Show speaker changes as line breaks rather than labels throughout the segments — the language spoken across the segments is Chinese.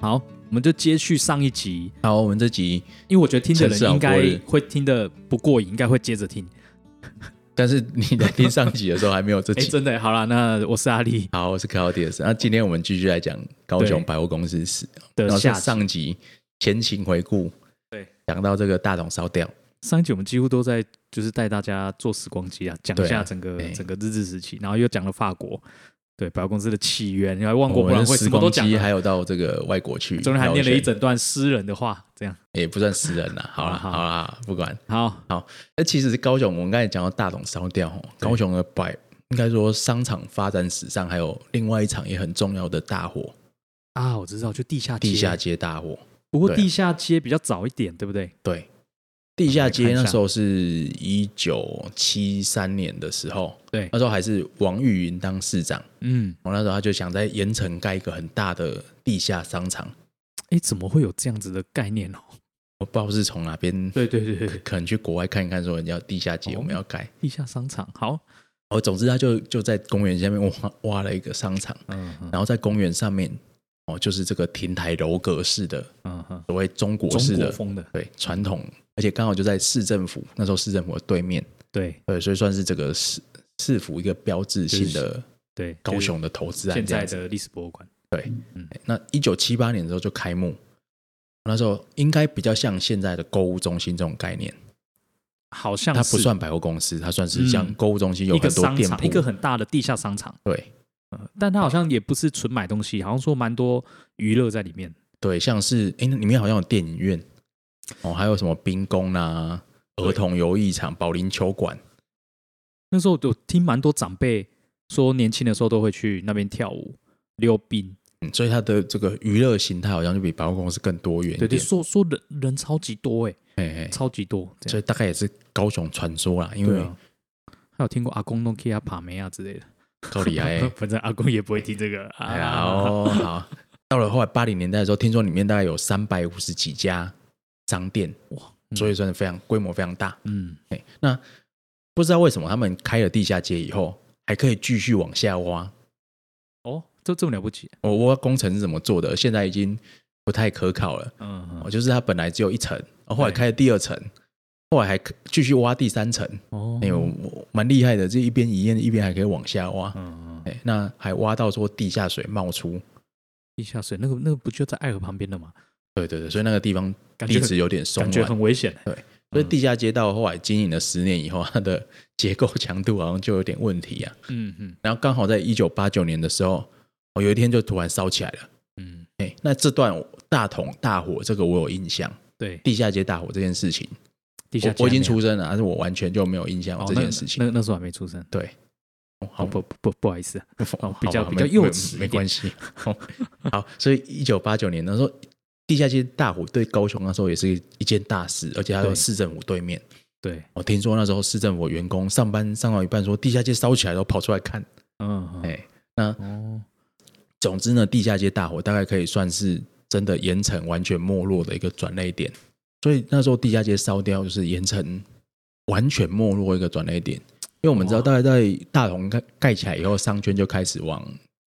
好，我们就接续上一集，
好，我们这集，
因为我觉得听的
城市
人
好
应该
过日
会听的不过瘾，应该会接着听。
但是你在听上集的时候还没有这
哎，
集。
真的，好啦，那我是阿力
好，我是 Claudius。那今天我们继续来讲高雄
对
百货公司史，
的
然后在
下集
上集前情回顾，
对，
讲到这个大董烧掉，
上一集我们几乎都在就是带大家做时光机啊，讲一
对
下
啊
整个、
哎
整个日治时期，然后又讲了法国，对百货公司的起源，你还忘过
我
博览
们
会，
的
什
时
么都
光
讲
机
了，
还有到这个外国去，
中间还念了一，整段诗人的话，这样
也不算私人啦。好啦，
好
好
好
啦，不管。
好，
那其实是高雄，我们刚才讲到大董烧掉哦，
对
高雄的百应该说商场发展史上还有另外一场也很重要的大火
啊，我知道，就地下
——
街。
地下街大火。
不过
对啊
地下街比较早一点，对不对？
对，地下
我
街
们来看一下
那时候是一九七三年的时候，
对
那时候还是王玉云当市长，
嗯，
我那时候他就想在盐城盖一个很大的地下商场，
哎，怎么会有这样子的概念哦？
我不知道是从哪边，
对对对对，
可能去国外看一看，说人家地下街
哦
我们要盖，
地下商场，好，
哦，总之他就就在公园下面挖挖了一个商场，
嗯嗯
然后在公园上面。哦，就是这个亭台楼阁式的
嗯嗯，
所谓中国式
中国
的，
风的，
对传统，而且刚好就在市政府那时候市政府的对面，
对
对，所以算是这个市市府一个标志性
就
的
对，
高雄的投资
就是
案
现
这
在
样子。
的历史博物馆，
那一九七八年的时候就开幕，那时候应该比较像现在的购物中心这种概念，
好像
它不
是
算百货公司，它算是
嗯
像购物中心有
一个
很多
商
店
场，
铺，
一个很大的地下商场。
对
呃但它好像也不是纯买东西，好像说蛮多娱乐在里面。
对，像是哎、那里面好像有电影院哦，还有什么冰宫啊、
对
儿童游艺场、保龄球馆，
那时候我听蛮多长辈说，年轻的时候都会去那边跳舞、溜冰。
嗯，所以它的这个娱乐形态好像就比百货公司更多元一
对
点，
对，说说人人超级多哎、
嘿嘿
超级多。这
所
样
以大概也是高雄传说啦，因
对
为
啊，还有听过阿公弄 K 啊、爬梅啊之类的。
够厉害欸、
反正阿公也不会听这个
哎
啊。
呀，哦，好。到了后来八零年代的时候，听说里面大概有三百五十几家商店，
哇，
所
以
以算是非常规模非常大。
嗯，
不知道为什么他们开了地下街以后，还可以继续往下挖。
哦，这这么了不起。
我我不知道工程是怎么做的，现在已经不太可靠了。
嗯，嗯
哦，就是它本来只有一层，然后后来开了第二层，后来还继续挖第三层。
哦，
哎、呦，我蛮厉害的，这一边一验一边还可以往下挖。
嗯，嗯
哎，那还挖到说地下水冒出。
地下水那个那个不就在爱河旁边的吗？
对对对，所以那个地方
感觉
一
很
直有点松
感觉
软。
很危险、欸。
所以地下街道后来经营了十年以后，它的结构强度好像就有点问题啊。
嗯嗯
然后刚好在一九八九年的时候，我有一天就突然烧起来了。
嗯，
哎，那这段大桶大火这个我有印象，
对，
地下街大火这件事情，
地
我
下
我已经
出
出生了，但是我完全就没有印象这件事情。
哦那那那时候还没出生，
对，哦
好
好
不不不好意思，啊
好吧
哦比较
没
比较幼
没
稚一
没
点
关系。哦 好，所以一九八九年那时候，地下街大火对高雄那时候也是一件大事，而且还有
对
市政府对面。
对，
我哦听说那时候市政府员工上班上到一半说地下街烧起来，都跑出来看。
嗯，
哎、
嗯哦，
总之呢，地下街大火大概可以算是真的盐城完全没落的一个转类点。所以那时候地下街烧掉，就是盐城完全没落一个转类点。因为我们知道，
哇
大概在大同盖盖起来以后，商圈就开始往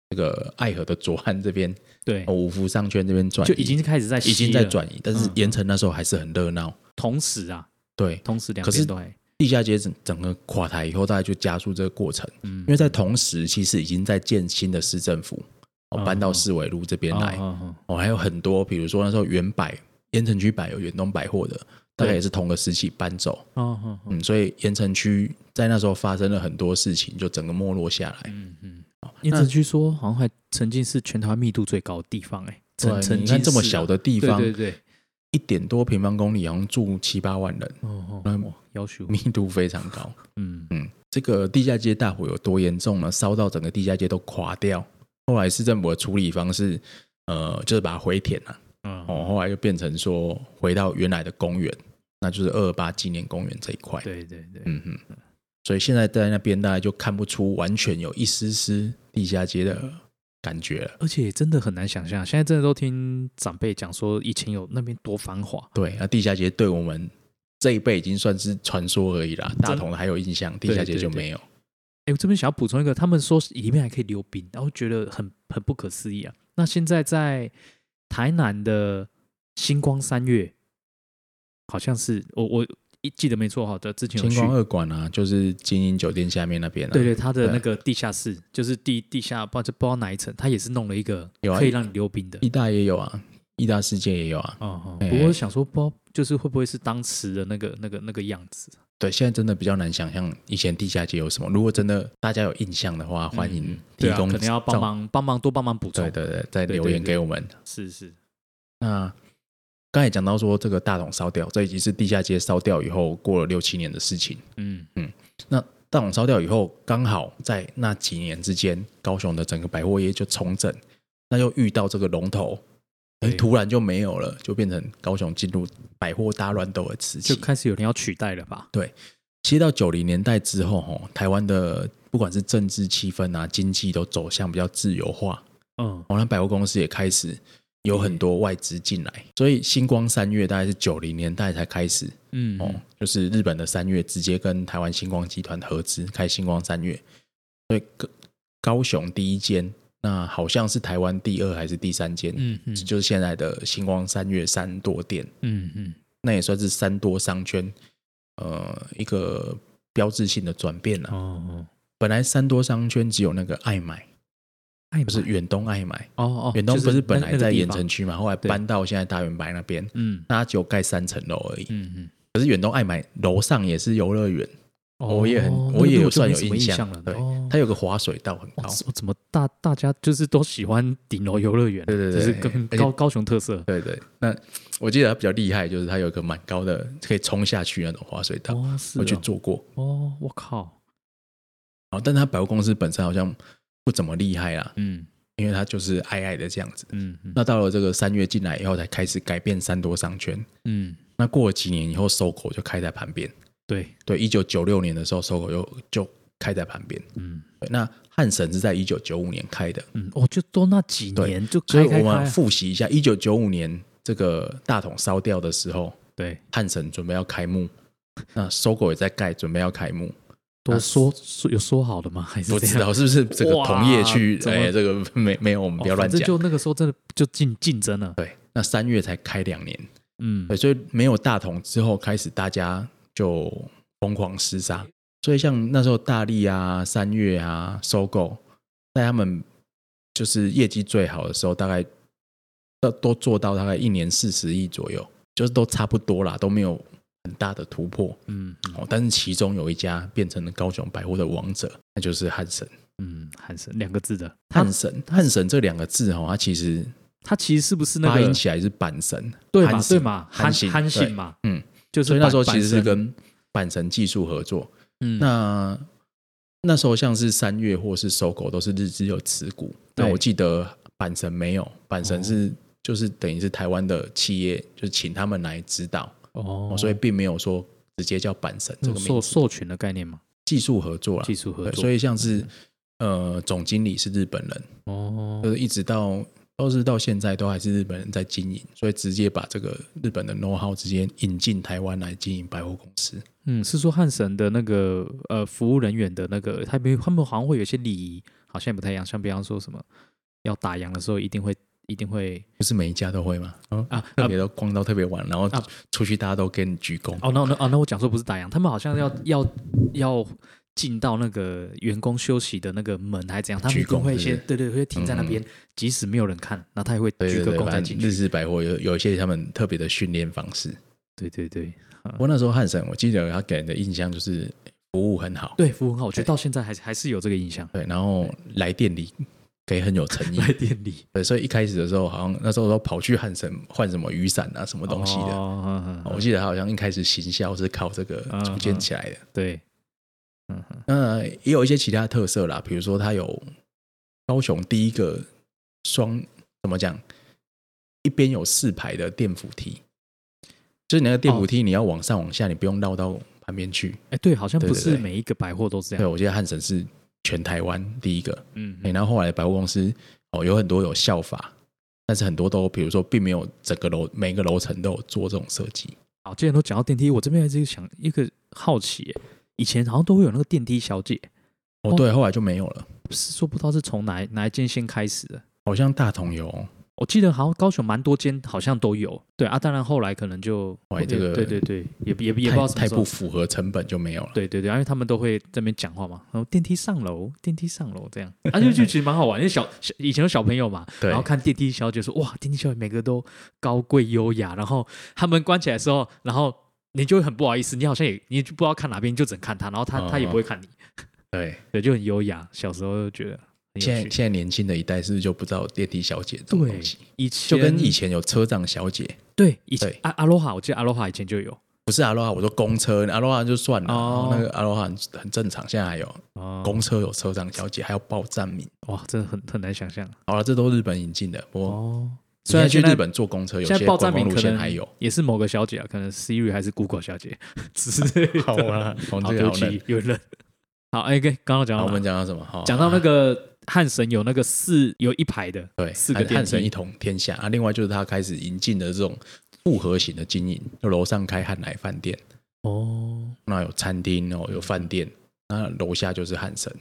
这个爱河的左岸这边，
对
哦，五福商圈这边转移，
哎就已经开始在
已经在
吸了，
转移，但是
嗯
盐城那时候还是很热闹。
同时啊，
对，
同时两
可
边
是
都还，
地下街整整个垮台以后，大概就加速这个过程。
嗯
因为在同时，其实已经在建新的市政府，哦，搬
嗯
到市委路这边来，
哦哦
哦，还有很多，比如说那时候原百盐城区百有远东百货的，大概也是同个时期搬走，
哦哦哦，
嗯，所以盐城区在那时候发生了很多事情，就整个没落下来。哦
嗯嗯，叶子据说好像还曾经是全台湾密度最高的地方，哎，曾
对
曾
你
经
看这么
是啊
小的地
对
方，
对对，
一点多平方公里，好像住七八万人，
哦
那
哦，要求，
密度非常高。
嗯
嗯，这个地下街大火有多严重呢？烧到整个地下街都垮掉。后来市政府的处理方式，呃，就是把它回填了、
嗯，
哦，后来就变成说回到原来的公园，那就是二二八纪念公园这一块。
对对对，
嗯哼，所以现在在那边大家就看不出完全有一丝丝地下街的感觉了。
而且真的很难想象，现在真的都听长辈讲说以前有那边多繁华，
对，那地下街对我们这一辈已经算是传说而已啦。大同的还有印象，地下街就没有。
哎，我这边想要补充一个，他们说里面还可以溜冰，然后觉得很很不可思议啊。那现在在台南的星光三月，好像是我我一记得没错哈，的之前有
星
去
光，二馆啊，就是金鹰酒店下面那边、啊。
对对，它的
对
那个地下室就是地地下不知道不知道哪一层，它也是弄了一个
有啊
可以让你溜冰的。
义大也有啊，义大世界也有啊。
哦，哦
哎
不过我想说，不知道就是会不会是当时的那个那个那个样子？
对，现在真的比较难想象以前地下街有什么。如果真的大家有印象的话，欢迎提
对啊，
供
可能要帮
照。
忙帮忙多帮忙补充
对。对对，再
对
留
对
言
对
给我们。
是是，
那刚才讲到说这个大桶烧掉，这已经是地下街烧掉以后过了六七年的事情。
嗯，
那大桶烧掉以后，刚好在那几年之间，高雄的整个百货业就重整，那又遇到这个龙头，哎，
对
突然就没有了，就变成高雄进入百货大乱斗的时
就
期。
开始有人要取代了吧？
其实到九零年代之后，吼，台湾的不管是政治气氛啊，经济都走向比较自由化，
嗯，
哦，那百货公司也开始有很多外资进来，所以星光三月大概是九零年代才开始，
嗯，
哦，就是日本的三月直接跟台湾星光集团合资开星光三月，所以高高雄第一间，那好像是台湾第二还是第三间，
嗯嗯
就是现在的星光三月三多店，
嗯嗯，
那也算是三多商圈，呃，一个标志性的转变了、
哦哦，
本来三多商圈只有那个爱买，
爱
不是
买
远东爱买，
哎哦哦，
远东
就
不是
那
本来在盐，
那个
城
地
区嘛，后来
对
搬到现在大圆白那边，
方嗯
那它只有盖三层楼而已。
嗯嗯，
可是远东爱买楼上也是游乐园。我也很
哦
我也
那个我
有
就
算
没
有
什么
印
印
象
了，
对
哦
它有个滑水道很高
哇，怎么怎么大大家就是都喜欢顶楼游乐园啊，
对对对
就是跟
而且
高高雄特色
对对。那我记得它比较厉害，就是它有一个蛮高的，可以冲下去那种滑水道，
哦，是
我去
哦
做过。
哦，我靠，
然后，但它百货公司本身好像不怎么厉害啦，
嗯
因为它就是矮矮的这样子。
嗯嗯
那到了这个三月进来以后，才开始改变三多商圈。
嗯，
那过了几年以后，搜狗就开在旁边。
对，
对，一九九六年的时候，搜狗就就开在旁边。
嗯
对那汉神是在一九九五年开的，
嗯，我就多那几
对
年就
所
开
以
开
我
开啊
们，复习一下，一九九五年这个大桶烧掉的时候，
对，
汉神准备要开幕，那搜狗也在盖，准备要开幕，
都说说有说好的吗？还是
不
怎
知
样
道是不是这个同业去
哇？怎么
哎，这个没没有，我们
哦
不要乱
反正
讲。
就那个时候真的就竞竞争了，
对，那三月才开两年，
嗯
对，所以没有大同之后，开始大家就疯狂厮杀。所以像那时候大力啊、三月啊、搜狗，在他们就是业绩最好的时候，大概都都做到大概一年四十亿左右，就是都差不多啦，都没有很大的突破。
嗯嗯
哦，但是其中有一家变成了高雄百货的王者，那就是汉神。
嗯，汉神两个字的，他
汉神，汉神这两个字哦，它其实
他其实是不是那
发音
个
起来是阪神，
对
韩
嘛
信
对嘛，
韩
憨
信
憨
对
信嘛，
嗯，
就是
所以那时候
阪
其实是
阪神
跟阪神技术合作。
嗯
那那时候像是三月或是搜狗都是日资有持股，
对哦
那我记得阪神没有，阪神是、就是等于是台湾的企业，就是请他们来指导，
哦
哦、所以并没有说直接叫阪神这
有
个
授
名字，
授权的概念嘛，
技术合作啦
技，术合
对
作，嗯
所以像是呃总经理是日本人，
哦
就是一直到。都是到现在都还是日本人在经营，所以直接把这个日本的 know how 直接引进台湾来经营百货公司。
嗯，是说汉神的那个呃服务人员的那个，他们他们好像会有一些礼仪，好像也不太一样，像比方说什么要打烊的时候一定会一定会
不是每一家都会吗？
啊
特
啊
别都逛到特别晚，然后
啊
出去大家都跟你鞠躬。
哦，那那哦，那我讲说不是打烊，他们好像要要要进到那个员工休息的那个门还是怎样，他们
鞠
一定
躬
会
是不是
先对对会停在那边，即使没有人看，那他也会
对
鞠
对
个
对，
躬再
反
进
正
去嗯
日。式百货有有一些他们特别的训练方式。
对对对
不过那时候汉神，我记得他给人的印象就是服务很好，
对，服务很好，我觉得到现在还是还是有这个印象。
对，然后来店里给很有诚意。
来店里
对，所以一开始的时候，好像那时候都跑去汉神换什么雨伞啊，什么东西的。
哦嗯嗯
我记得他好像一开始行销是靠这个
嗯
组建起来的。
对，嗯哼
那也有一些其他特色啦，比如说它有高雄第一个双怎么讲，一边有四排的电扶梯，就是你那个电扶梯
哦
你要往上往下，你不用绕到旁边去。
哎，对，好像
对
不
对
是
对
每一个百货都是这
对，
样。
我记得汉神是全台湾第一个，哎
嗯，
诶然后后来百货公司哦有很多有效法，但是很多都比如说并没有整个楼每个楼层都有做这种设计。
好，既然都讲到电梯，我这边还是想一个好奇耶，以前好像都会有那个电梯小姐，哦
哦，对，后来就没有了，
是说不知道是从哪一哪一间先开始的。
好像大同有
我记得好像高雄蛮多间好像都有，对啊，当然后来可能就
哇这个
对对对，也也也不知道什么
太太
时
不
候，
符合成本就没有了。
对对对，啊因为他们都会在那边讲话嘛，然后电梯上楼，电梯上楼这样，啊就就其实蛮好玩，因为小小以前有小朋友嘛，
对
然后看电梯小姐说哇，电梯小姐每个都高贵优雅，然后他们关起来的时候，然后你就会很不好意思，你好像也你就不知道看哪边，你就只能看他，然后他、
哦
他也不会看你，
对，
对，就很优雅，小时候就觉得很
现在
有趣，
现在年轻的一代是不是就不知道电梯小姐这种东西？
以前
就跟以前有车长小姐，
对以前啊
对
阿阿罗哈，我记得阿罗哈以前就有。
不是阿罗哈，我说公车阿罗哈就算了，
哦
然后那个阿罗哈很很正常。现在还有
哦
公车有车长小姐，还有报站名。
哇，真的很很难想象
好了，这都日本引进的。我
哦。
虽然去日本坐公车，有
现在
些
报
观
站
光
名
路
可
线
能
还有。
也是某个小姐啊，可能 Siri 还是 Google 小 姐之类的。
好啊，
好，
我们
对
这个
不
好冷
起。，有人。好，哎，跟刚刚讲
好，
到
我们
哪
讲到什么？好
讲到那个汉神有那个四有一排的，
对，
四个
汉
电
汉神一
梯，
统天下啊。另外就是他开始引进的这种复合型的经营，就楼上开汉来饭店，
哦，
那有餐厅哦，有饭店，那楼下就是汉神，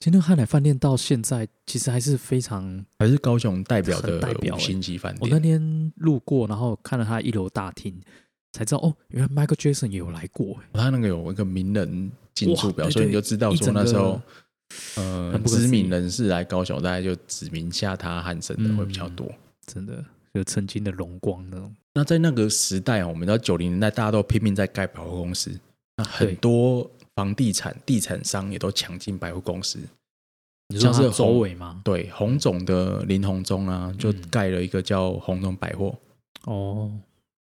其实那个汉来饭店到现在其实还是非常，
还是高雄代表欸的
很代表
五星级饭
我那
店。
天路过，然后看了他一楼大厅，才知道哦，原来 Michael Jackson 也有来过，哎
他那个有一个名人进驻表，
哇对
所以你就知道
一
说
整个
那时候。呃
很，不可思
知
议
名人士来高雄，大概就指名下他汉神的会比较多。
真的就曾经的荣光那种。
那在那个时代哦，我们到九零年代，大家都拼命在盖百货公司，那很
对
多房地产地产商也都抢进百货公司。
你说
像是
他周
红
围吗？
对，洪总的林洪忠啊，就
嗯
盖了一个叫洪总百货，
哦，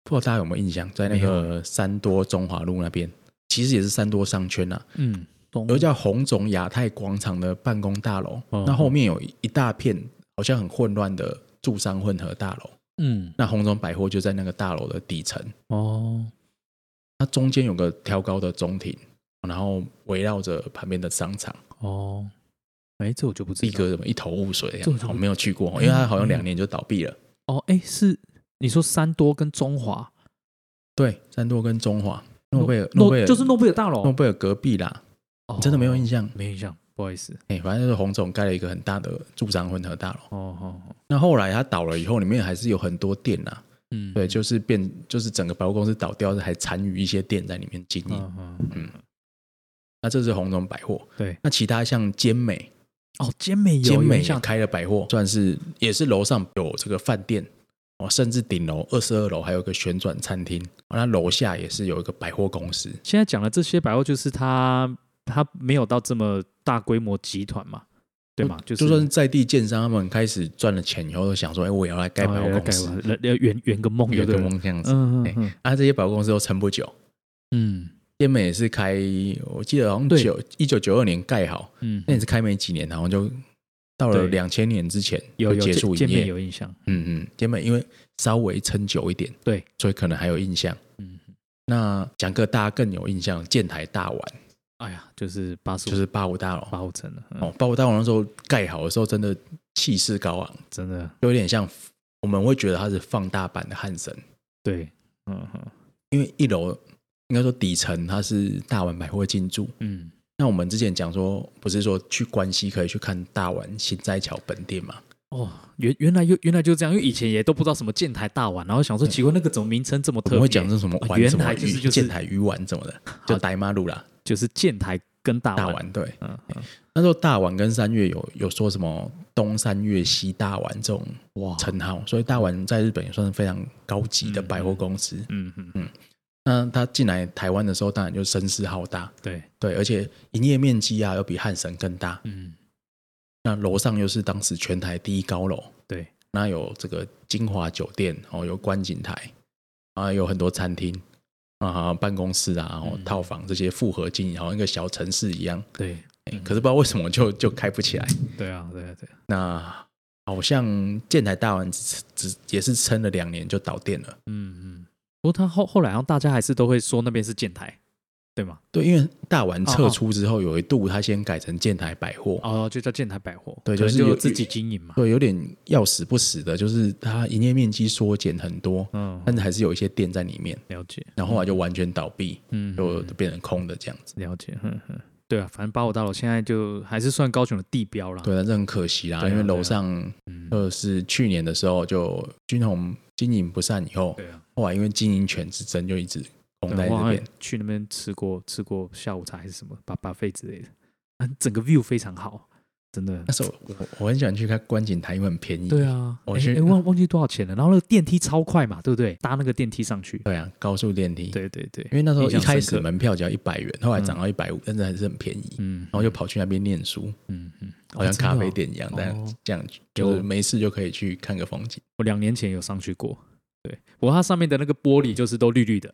不知道大家有没有印象，在那
没
个三多中华路那边，其实也是三多商圈啊，
嗯，懂
有一个叫洪总亚太广场的办公大楼，
嗯
那后面有一大片好像很混乱的住商混合大楼，
嗯，
那洪总百货就在那个大楼的底层，
哦，
它中间有个挑高的中庭，然后围绕着旁边的商场，
哦，哎，这我就不知道。
一个什么一头雾水的
这
样
我
子，
就
我
不
没有去过，因为它好像两年就倒闭了。
哦，哎，是你说三多跟中华
对，三多跟中华诺贝尔，
诺
贝尔
就是诺贝尔大楼，
诺贝尔隔壁啦，
哦
真的没有印，象。
没印象，不好意思。
哎、反正就是洪总盖了一个很大的住商混合大楼。
哦，好，好
那后来他倒了以后，里面还是有很多店啊啦。
嗯，
对，就是变，就是整个百货公司倒掉，还残余一些店在里面经营。
嗯嗯嗯，
那这是洪总百货。
对，
那其他像坚美，
哦，坚美有
坚
有
美
印
也
象，
开了百货，算是也是楼上有这个饭店哦，甚至顶楼二十二楼还有个旋转餐厅，哦那楼下也是有一个百货公司。
现在讲的这些百货就是它，它没有到这么大规模集团嘛，对吗？就是
哦就算是在地建商他们开始赚了钱以后，都想说，哎、我也要来盖
哦
百货公司，
要要圆圆个梦，
有
对
个
了
梦这样子。
嗯嗯
哎
嗯
啊，这些百货公司都撑不久。
嗯
天美也是开，我记得好像
对
九一九九二年盖好，
嗯，
那也是开没几年，然后就到了
对
两千年之前
有
就
有
结束
见
营
见面
业。
有印象，
嗯嗯，天美因为稍微撑久一点，
对，
所以可能还有印象。
嗯，
那讲个大家更有印象，建台大碗
哎呀，就是八十五
就是八五大楼
八五层了，嗯
哦，八五大楼那时候盖好的时候真的气势高昂，
真的
有点像我们会觉得它是放大版的汉神。
对，嗯哼
因为一楼应该说底层它是大碗百货进驻。
嗯，
那我们之前讲说，不是说去关西可以去看大碗新斋桥本店嘛？
哦，原原来就原来就这样，因为以前也都不知道什么建台大碗，然后想说奇怪那个怎么名称这么
我
特别，
们会讲这什么
啊
碗
原
什么
来
鱼，
就是就是
建台鱼丸什么的，就呆妈路啦，
就是建台跟大
大
碗，
碗对。
嗯嗯，
那时候大碗跟三月有有说什么东三月西大碗这种
哇，
称号，所以大碗在日本也算是非常高级的百货公司。
嗯嗯
那它进来台湾的时候，当然就声势浩大，
对，
对，而且营业面积啊，要比汉神更大。
嗯
那楼上又是当时全台第一高楼，
对，
那有这个金华酒店哦，有观景台啊，有很多餐厅啊、办公室啊、哦
嗯
套房这些复合经营，好像一个小城市一样。
对
哎可是不知道为什么就就开不起来。
对啊对啊对啊，
那好像建台大湾只只也是撑了两年就倒店了。
嗯嗯，不过他后后来好像大家还是都会说那边是建台，对吗？
对，因为大湾
哦
撤
哦
出之后，有一度它先改成建台百货，
哦，就叫建台百货，
对
可能
就是
就
有
自己经营嘛，
对，有点要死不死的，就是它营业面积缩减很多，
嗯，
但是还是有一些店在里面。
了解，
然后后来就完全倒闭，
嗯，
就变成空的这样子。
了解，嗯嗯，对啊，反正八五大楼现在就还是算高雄的地标啦，
对，但是很可惜啦，
对啊
因为楼上
嗯，
就是去年的时候，就军红经营不善以后，
对啊，
后来因为经营权之争就一直空
对
在
我
这
好
边
像。去那边吃过吃过下午茶还是什么，把把费之类的，啊，整个 view 非常好，真的
那。时候我我很喜欢去看观景台，因为很便宜。
对啊，
我
哎
去
哎忘忘记多少钱了。然后那个电梯超快嘛，对不对？搭那个电梯上去。
对啊，高速电梯。
对对对，
因为那时候
印
一
象
开
深
始
刻
门票只要一百元，后来
嗯
涨到一百五，但是还是很便宜。
嗯，
然后就跑去那边念书，
嗯嗯，
好像
哦
咖啡。
真的哦
店一样，但
哦
这样就是
有
没事就可以去看个风景，
我两年前有上去过，对，不过它上面的那个玻璃就是都绿绿的。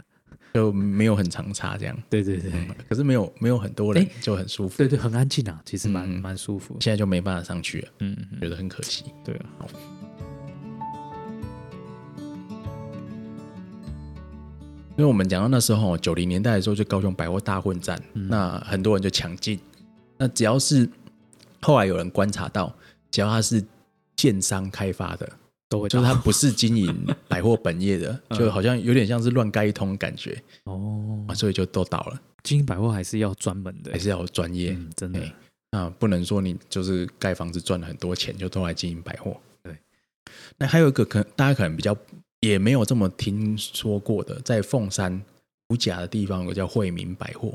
就没有很常差这样。
对对对
嗯可是没有没有很多人，就很舒服。
对对，很安静啊，其实蛮
嗯嗯
蛮舒服。
现在就没办法上去了，
嗯，嗯
觉得很可惜。
对啊。
因为我们讲到那时候哦九零年代的时候，就高雄百货大混战，
嗯
那很多人就抢进。那只要是后来有人观察到，只要它是建商开发的，
都会
就是
到
它不是经 营百货本业的，
嗯
就好像有点像是乱盖一通感觉，
哦
啊，，所以就都倒了。
经营百货还是要专门的
还，是要有专业
嗯，真的
哎啊，不能说你就是盖房子赚了很多钱就都来经营百货。
对，
那还有一个可能大家可能比较也没有这么听说过的，在凤山五甲的地方有个叫惠民百货。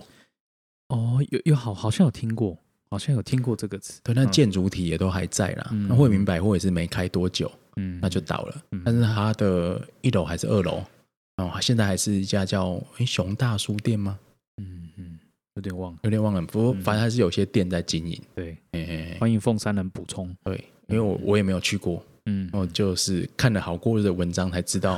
哦，有有好好像有听过，好像有听过这个词。
对，那建筑体也都还在啦。
嗯
那惠民百货也是没开多久，
嗯，
那就倒了。
嗯
但是它的一楼还是二楼，然后现在还是一家叫诶熊大书店吗？
嗯嗯，有点忘了。
有点忘了，不过
嗯哦
反正还是有些店在经营。
对，
诶诶诶
欢迎凤山人补充。
对，因为我我也没有去过，
嗯，
我哦就是看了好过日的文章才知道，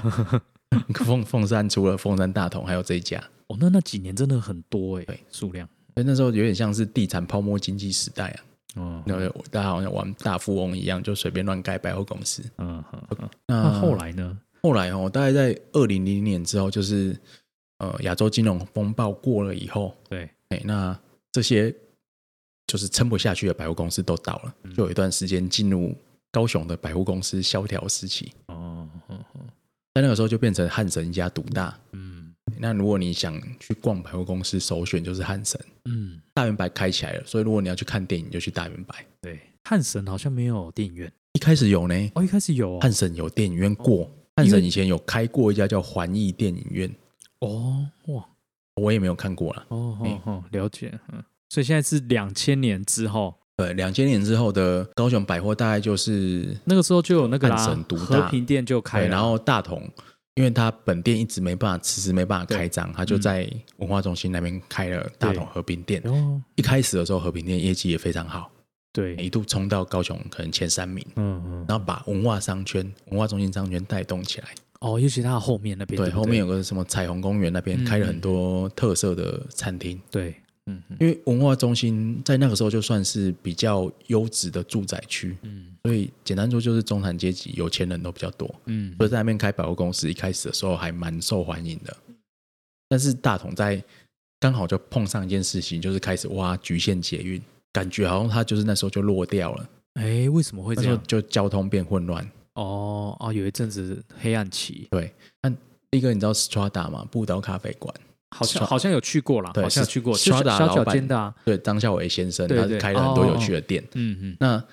凤凤山除了凤山大同，还有这一家。
哦，那那几年真的很多哎
对，
数量。
所以那时候有点像是地产泡沫经济时代啊，
哦，
那大家好像玩大富翁一样，就随便乱盖百货公司。
嗯哼，嗯
那
那后来呢？
后来哦，大概在二零零年之后，就是呃亚洲金融风暴过了以后，
对，
哎，那这些就是撑不下去的百货公司都倒了，
嗯
就有一段时间进入高雄的百货公司萧条时期。
哦，嗯嗯
在那个时候就变成汉神一家独大。
嗯
那如果你想去逛百货公司，首选就是汉神。
嗯，
大圆白开起来了，所以如果你要去看电影，就去大圆白。
对，汉神好像没有电影院。
一开始有呢，
哦，一开始有哦
汉神有电影院过，汉神以前有开过一家叫环艺电影院，
哦，哇，
我也没有看过啦。
哦哦
哎
哦，了解，嗯，所以现在是两千年之后，
对，两千年之后的高雄百货大概就是
那个时候就有那个啦
汉神独大
和平店就开
对，
了，
然后大同，因为它本店一直没办法，迟迟没办法开
嗯
张，它就在文化中心那边开了大同和平店。
哦，
一开始的时候，和平店业绩也非常好，
对，
一度冲到高雄可能前三名，
嗯嗯，
然后把文化商圈、文化中心商圈带动起来。
哦，尤其它的后面那边，
对，
对不对，
后面有个什么彩虹公园那边
嗯
开了很多特色的餐厅，
对，嗯嗯
因为文化中心在那个时候就算是比较优质的住宅区，
嗯
所以简单说就是中产阶级、有钱人都比较多，
嗯
所以在那边开百货公司，一开始的时候还蛮受欢迎的。但是大同在刚好就碰上一件事情，就是开始挖局限捷运，感觉好像它就是那时候就落掉了，
哎，为什么会
那
这
时候
样？
就交通变混乱。
哦哦，有一阵子黑暗期，
第一个你知道 Strada 吗？步道咖啡馆，
好像
刷
好像有去过啦，
对
好像有去过，
是
小
刷打
小
老
小
板
间的啊，
对张孝伟先生，
对
他
对
开了很多
哦
有趣的店。
嗯嗯，
那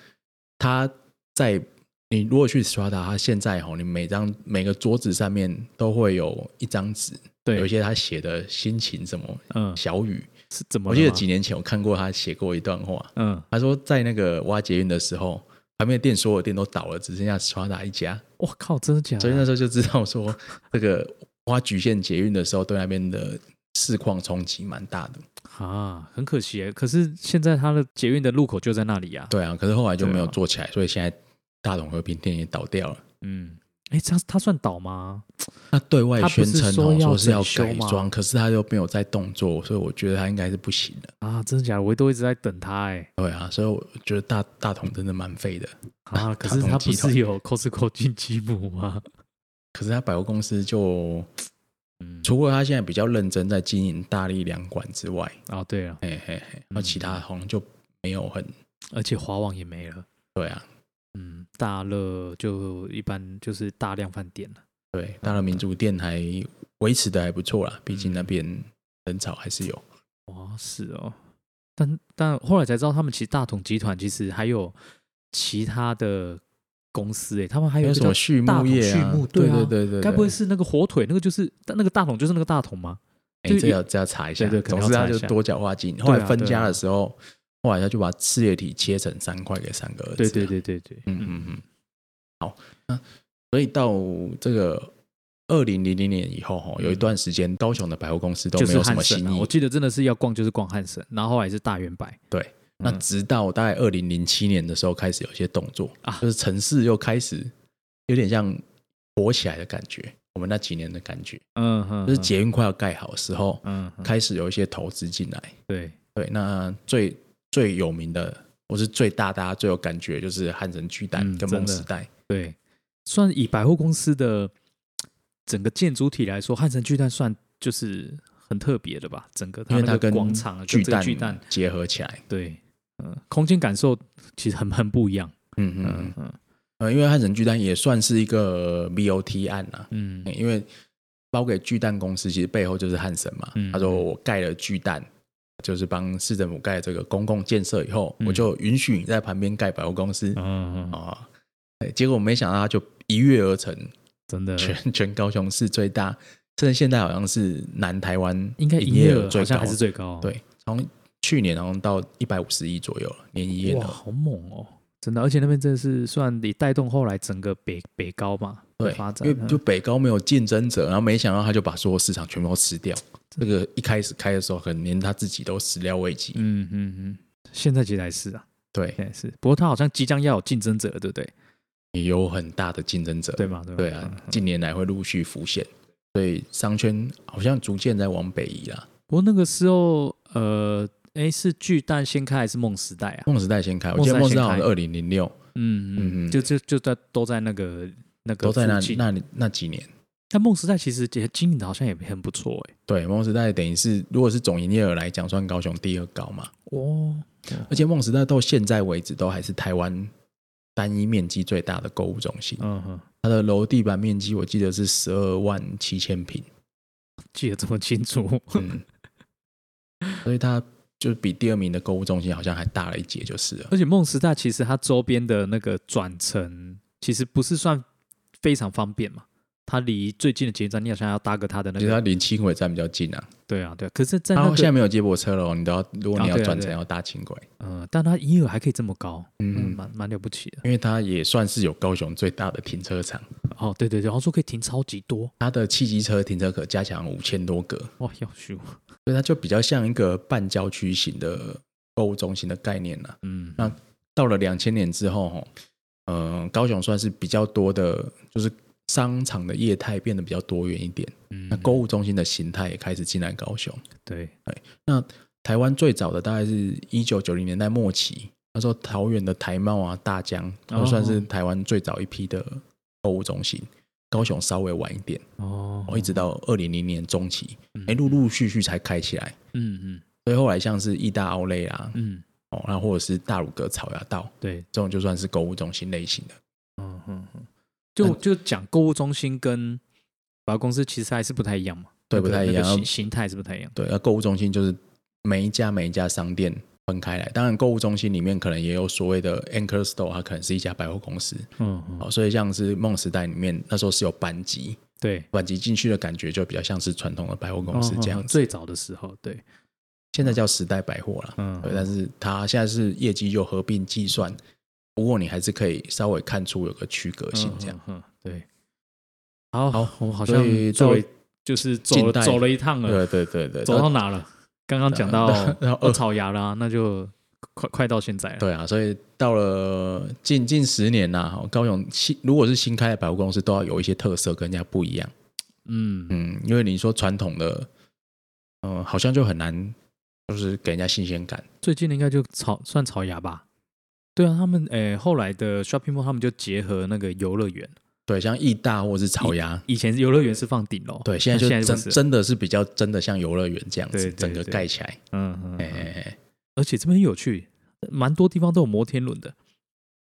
他在你如果去 Strada，他现在哦，你每张每个桌子上面都会有一张纸，有一
对，
些他写的心情什么
嗯，
小语。
是怎么了
我
吗？
记得几年前我看过他写过一段话，
嗯，
他说在那个挖捷运的时候，旁边的店所有店都倒了，只剩下 Strada 一家，
我靠，真的假
所以那
的？
时候就知道说这个挖局限捷运的时候，对那边的市况冲击蛮大的。
啊，很可惜耶，可是现在它的捷运的路口就在那里呀，
对啊，可是后来就没有
对啊
做起来，所以现在大董和平店也倒掉了。
嗯，哎，这样它算岛吗？
那对外宣称
他不是
哦
说要
说是要
整修
改
吗
装，可是他又没有在动作，所以我觉得他应该是不行的。
啊，真的假的？我都一直在等它哎。
对啊，所以我觉得大大同真的蛮废的。
啊，可
哎卡
是
通
它
集
不
团
是有 Costco 进吉姆吗？
可是他百货公司就
嗯，
除了他现在比较认真在经营大力两馆之外，
啊，对啊，
嘿嘿嘿，那其他好像就没有很
而且华网也没了，
对啊。
嗯，大乐就一般就是大量饭店了，
对，大乐民族店还维持的还不错啦，毕竟那边人潮还
嗯
是有。
哇，是哦，但但后来才知道，他们其实大同集团其实还有其他的公司哎、他们还
还
有
有
一个
什
叫
么畜
大
牧
桶
业
畜
啊？
牧对
对
啊
对对对，
该不会是那个火腿那个就是那个大桶就是那个大桶吗？
哎，
就
这
一
要这要查一下。
对对可能
总
要查
之它
一
就
下
多角化经营。
啊
后来分
对啊
家的时候，后来他就把事业体切成三块给三个儿子。
对对，对对对，
呃嗯嗯嗯。好，那所以到这个二零零零年以后，哈，有一段时间高雄的百货公司都
嗯就
没
是
有什
汉
么
神、
新
啊，
意
我。记得真的是要逛就是逛汉神，然后后来是大圆白
对，那
嗯
直到大概二零零七年的时候开始有一些动作
啊
就是城市又开始有点像活起来的感觉。我们那几年的感觉，
嗯哼，
就是捷运快要盖好的时候，
嗯哼
开始有一些投资进来。
对
对，那最最有名的，或是最大大家最有感觉，就是汉神巨蛋
嗯
跟
真
梦
的
时代。
对，算以百货公司的整个建筑体来说，汉神巨蛋算就是很特别的吧，整个
因为
那
它
个
跟
广场啊
巨
跟这个
蛋
巨蛋
结合起来，
对，嗯、空间感受其实很很不一样，
嗯嗯
嗯
嗯
嗯
呃，因为汉神巨蛋也算是一个 BOT 案啊，
嗯
因为包给巨蛋公司，其实背后就是汉神嘛。
嗯
他说我盖了巨蛋，就是帮市政府盖这个公共建设以后，
嗯
我就允许你在旁边盖百货公司啊、
嗯，嗯
哎结果没想到他就一跃而成，
真的
全全高雄市最大，甚至现在好像是南台湾
应该
营
营
业
业
额
额
最
好
高
像，还是最高，啊
对，从去年好像到一百五十亿左右了，年营业
哇，
额。
好猛哦！真的，而且那边真的是算也带动后来整个北北高嘛的
对
发，展，嗯
因为就北高没有竞争者，然后没想到他就把所有市场全部都吃掉。这个一开始开的时候，可能连他自己都始料未及。
嗯嗯嗯，现在其实还是啊，
对，
现在是，不过他好像即将要有竞争者了，对不对？
也有很大的竞争者。
对吗？对吧
对啊，
嗯嗯
近年来会陆续浮现，所以商圈好像逐渐在往北移啦。
不过那个时候，呃，哎，是巨蛋先开还是梦时代啊？
梦时代先开，我记得梦
梦
时
时
代
代先开
好像二零零六，
嗯
嗯嗯
嗯，就就就在都在那个那个
都在那
附近
那里那几年。
但梦时代其实也经营的好像也很不错哎、
对，梦时代等于是如果是总营业额来讲，算高雄第二高嘛。
哦，
而且梦时代到现在为止都还是台湾单一面积最大的购物中心，
嗯哼，
它的楼地板面积我记得是十二万七千平，
记得这么清楚，
嗯，所以它就比第二名的购物中心好像还大了一截就是了。
而且梦时代其实它周边的那个转乘其实不是算非常方便嘛，它离最近的捷运站你好像要搭个它的那
其实它
个，
离轻轨站比较近啊，
对啊对啊，可是，在
它
那
啊现在
个
没有接驳车了哦，你都要如果你
啊
要
对啊
转乘
对啊
要搭轻轨，
嗯，但它营业额还可以这么高，
嗯
嗯，蛮蛮了不起的。
因为它也算是有高雄最大的停车场，
哦，对对对，然后说可以停超级多，
它的汽机车停车可加强五千多个，
哇，要修，
所以它就比较像一个半郊区型的购物中心的概念啦、
嗯
那到了两千年之后，哈，嗯，高雄算是比较多的，就是商场的业态变得比较多元一点，那
嗯，
购物中心的形态也开始进来高雄。
对，
台湾最早的大概是一九九零年代末期，那时候桃园的台茂啊、大江都
哦
算是台湾最早一批的购物中心。高雄稍微晚一点，
哦，
哦，一直到二零零年中期，
嗯
哎、陆陆续续才开起来。
嗯嗯
所以后来像是义大奥莱啊，
嗯，
哦，那或者是大鲁阁草芽道
对，
这种，就算是购物中心类型的。
嗯嗯嗯，就就讲购物中心跟百货公司其实还是不太一样嘛，
对
那个
不太一样
那个形形态是不太一样，
对，那购物中心就是每一家每一家商店分开来。当然，购物中心里面可能也有所谓的 anchor store，它可能是一家百货公司。
嗯嗯，
哦，所以像是梦时代里面那时候是有班级，
对，
班级进去的感觉就比较像是传统的百货公司
哦哦
这样
哦
子。
最早的时候，对，
现在叫时代百货啦，
嗯
对，但是它现在是业绩又合并计算，不过你还是可以稍微看出有个区隔性这样。
嗯，嗯嗯对。好，
好，
我们好
所
像
以
作为
到
就是
近
走了
代
走了一趟了，
对对对对，
走到哪了？刚刚讲到
然后 然后
二草芽啦，那就快快到现在了。
对啊，所以到了近近十年呐、哈高雄新如果是新开的百货公司，都要有一些特色跟人家不一样。
嗯，
嗯，因为你说传统的，嗯、好像就很难，就是给人家新鲜感。
最近的应该就草算草芽吧。对啊，他们诶后来的 shopping mall 他们就结合那个游乐园，
对，像义大或是草芽，
以前游乐园是放顶楼，
对，现在
那
就
现在
真
不是了
真的是比较真的像游乐园这样子，
对对
整个
对
盖起来。
嗯嗯
哎、
嗯，
哎哎
而且这边很有趣，蛮多地方都有摩天轮的，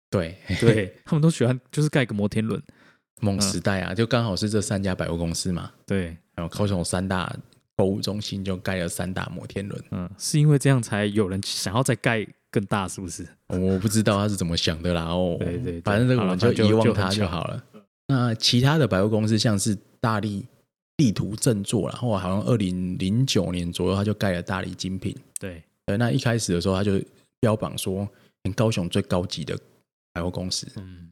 对，
对他们都喜欢就是盖个摩天轮，嗯
梦时代啊，就刚好是这三家百货公司嘛，
对，
然后高雄三大购物中心就盖了三大摩天轮。
嗯，是因为这样才有人想要再盖更大，是不是？
哦我不知道他是怎么想的啦。哦，
对对对
反正这个
好
我
了
们
反正
遗
就
忘
就
它
很
就
巧
好了。那其他的百货公司，像是大力地图振作啦，然后好像二零零九年左右，他就盖了大力精品。
对，
对，那一开始的时候，他就标榜说高雄最高级的百货公司，
嗯，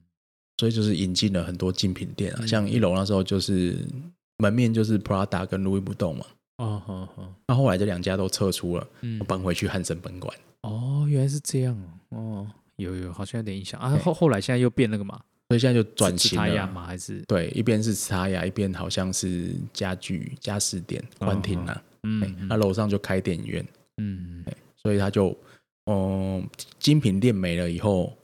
所以就是引进了很多精品店啊，
嗯
像一楼那时候就是门面就是 Prada 跟 Louis Vuitton 嘛，
哦，好好，
那后来这两家都撤出了，
嗯，
搬回去汉森本馆。
哦，原来是这样哦，哦，有有，好像有点印象啊。后后来现在又变那个嘛，
所以现在就转型
他亚
了，
嘛，还是
对，一边是沙雅，一边好像是家具家饰店幻听啊，哎
嗯
那楼上就开电影院，
嗯，
所以他就，嗯，精品店没了以后，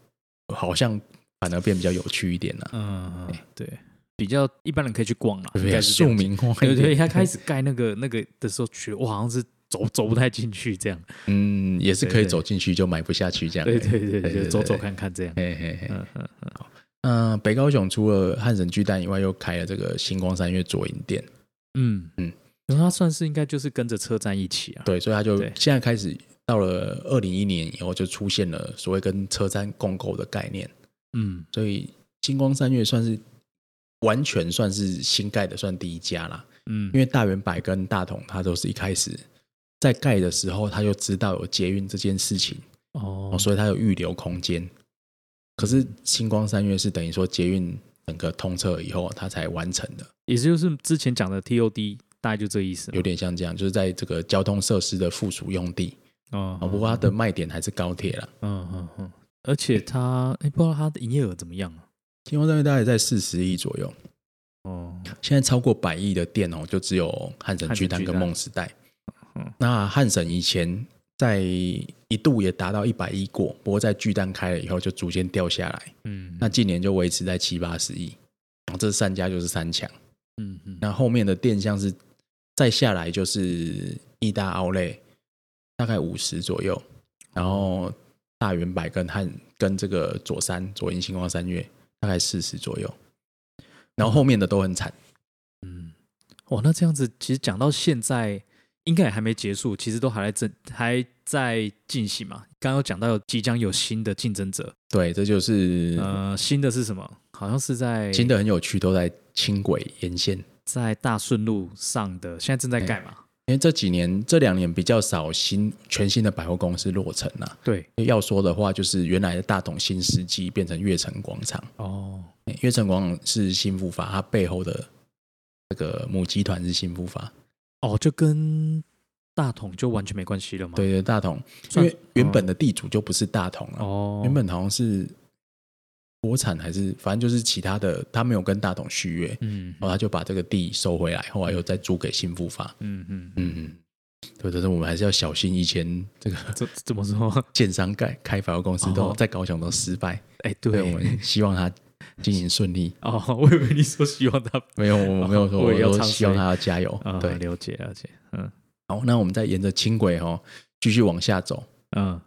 好像反而变比较有趣一点了、
嗯，对，比较一般人可以去逛啦，
对
应
不
该
对？
是这
庶
样讲。
民化
对
一点，
对，他开始盖那个 那个的时候，觉得我好像是走走不太进去这 样。
嗯，也是可以
对对
走进去就买不下去这样，
对对对
对
对，就
对
走走
对
看看这样。
嘿嘿嘿。
嗯嗯嗯，
那北高雄除了汉神巨蛋以外，又开了这个星光三月左营店，
嗯
嗯
嗯，然后他算是应该就是跟着车站一起啊。
对，所以他就
对
现在开始到了二零一年以后，就出现了所谓跟车站共购的概念，
嗯
所以星光三月算是完全算是新盖的，算第一家啦。
嗯，
因为大圆百跟大同，它都是一开始在盖的时候，他就知道有捷运这件事情，
哦
哦，所以它有预留空间。可是星光三月是等于说捷运整个通车以后，它才完成的。
也就是之前讲的 TOD，大概就这意思嘛。
有点像这样，就是在这个交通设施的附属用地
哦
啊、不过它的卖点还是高铁啦。
嗯嗯嗯，而且他哎，不知道他的营业额怎么样啊？
天空站大概在四十亿左右，
哦，
现在超过百亿的店哦，就只有汉神巨蛋跟梦时代
嗯。
那汉神以前在一度也达到一百亿过，不过在巨蛋开了以后就逐渐掉下来。
嗯，
那近年就维持在七八十亿，然后这三家就是三强。
嗯嗯，
那后面的店像是再下来就是义大奥莱，大概五十左右，然后大圆百跟汉跟这个左山左营星光三月大概四十左右，然后后面的都很惨，
嗯，哇，那这样子其实讲到现在，应该也还没结束，其实都还在正还在进行嘛。刚刚有讲到有即将有新的竞争者，
对，这就是
呃，新的是什么？好像是在
新的很有趣，都在轻轨沿线，
在大顺路上的，现在正在
哎
盖嘛。
因为这几年这两年比较少新全新的百货公司落成了、
对，
要说的话，就是原来的大同新世纪变成悦城广场。
哦，
欸悦城广场是新复发，它背后的这个母集团是新复发。
哦，就跟大同就完全没关系了嘛。，
对对，大同，因
算
为原本的地主就不是大同了，
哦，
原本好像是国产还是反正就是其他的，他没有跟大同续约，
嗯
然后他就把这个地收回来，后来又再租给新复发。
嗯嗯嗯，
嗯嗯，对，但是我们还是要小心，以前这个
怎怎么说？
建商盖开百货公司都
哦
在高雄都失败，
哎，
所以
对
我，们希望它经营顺利。
哦，我以为你说希望他
没有，我没有说，
我
我
也要
说
唱
希望
衰
它要加油
啊，。
对，
了解了解，嗯
好，那我们再沿着轻轨哦，继续往下走，
嗯，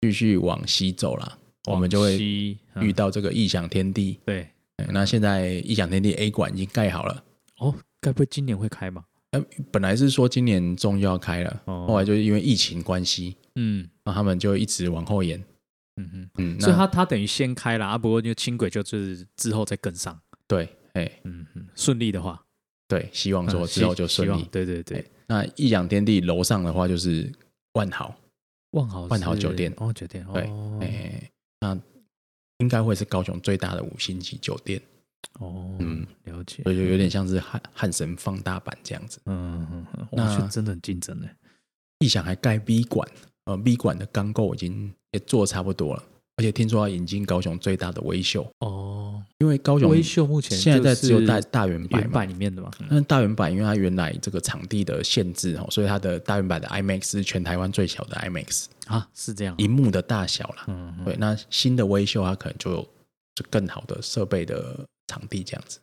继续往西走啦，我们就会遇
遇
到这个异想天地。
嗯对，
哎那现在异想天地 A 馆已经盖好了，
哦，该不会今年会开吧？
本来是说今年中就要开了，
哦
后来就是因为疫情关系，
嗯
那他们就一直往后延。
嗯嗯，
嗯，
所以
那
它它等于先开了啊，不过就轻轨就是之后再跟上，
对，哎，
嗯嗯，顺利的话，
对，希望说
嗯
之后就
希希
顺
望
利。
对对对
哎，那异想天地楼上的话就是万豪，
万豪
万豪
是
酒店
哦，酒店
对
哦
哎，那应该会是高雄最大的五星级酒店，
哦，了解，
嗯所以就有点像是汉汉神放大版这样子。
嗯嗯嗯，
那
哇，这真的很竞争欸呢。
异想还盖 B 馆，呃，B 馆的钢构已经也做得差不多了，而且听说要引进高雄最大的微秀，
哦，
因为高雄
微秀目前
现在在只有大
就是
大圆百
原
嘛，嗯
版里面的嘛，
那大圆百因为它原来这个场地的限制哦，所以它的大圆百的 IMAX 是全台湾最小的 IMAX，
啊，是这样啊，
荧幕的大小啦。
嗯，嗯
对，那新的微秀它可能就有就更好的设备的场地这样子。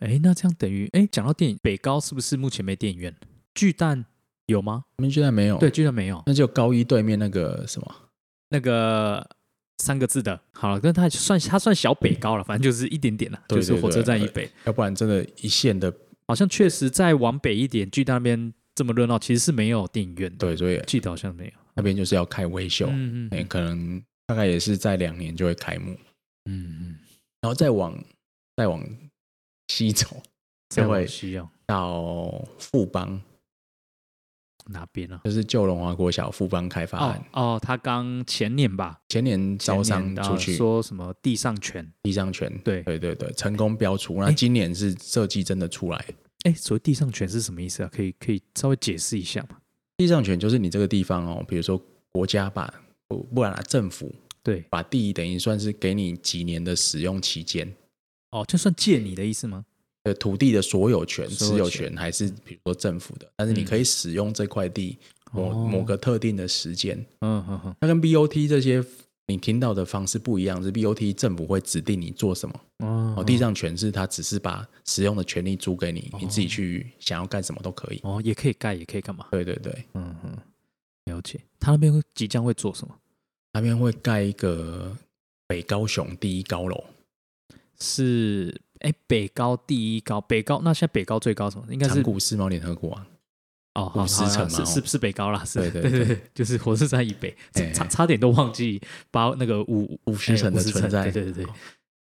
哎，那这样等于哎，讲到电影，北高是不是目前没电影院？巨蛋有吗？
你们居然没有？
对，，巨蛋没有。
那就高一对面那个什么，
那个三个字的，好了，但它算它算小北高了，反正就是一点点了，
对呃
就是火车站以北。
要不然真的一线的
好像确实在往北一点，巨蛋那边这么热闹，其实是没有电影院的，
对，所以
记得好像没有。
那边就是要开维修，
嗯
哎、
嗯
可能大概也是在两年就会开幕，
嗯，
然后再往再往西走
再
就
往
会
西哦，
到富邦，
哪边啊？
就是旧龙华国小富邦开发案，
哦哦，他刚前年吧，
前年
前
招商
年
出
呃
去
说什么地上权？
地上权，
对
对对对，成功标出，那
哎
今年是设计真的出来。
哎，所谓地上权是什么意思啊？可以可以稍微解释一下吗？
地上权就是你这个地方哦，比如说国家把不不然啊，政府
对，
把地等于算是给你几年的使用期间，
哦，就算借你的意思吗？
呃，土地的所有权、
所有
持有
权
权还是比如说政府的，但是你
嗯
可以使用这块地某、
哦
某个特定的时间。
嗯嗯嗯
它跟 BOT 这些你听到的方式不一样，是 BOT 政府会指定你做什么，
嗯，
哦，地上权是它只是把使用的权利租给你，你自己去想要干什么都可以。
哦，也可以盖，也可以干嘛？
对对对，
嗯嗯，了解。他那边会即将会做什么？
那边会盖一个北高雄第一高楼，
是哎，北高第一高，北高那现在北高最高什么？应该
长
是
谷世贸联合国啊，
哦，好，
古石
好
城
是
嘛
是
哦
是北高啦，是
对
对
对
对
对
对，就是火车站以北，
哎
差差点都忘记把那个五
五十
哎
层的
城
存在。
对对对对，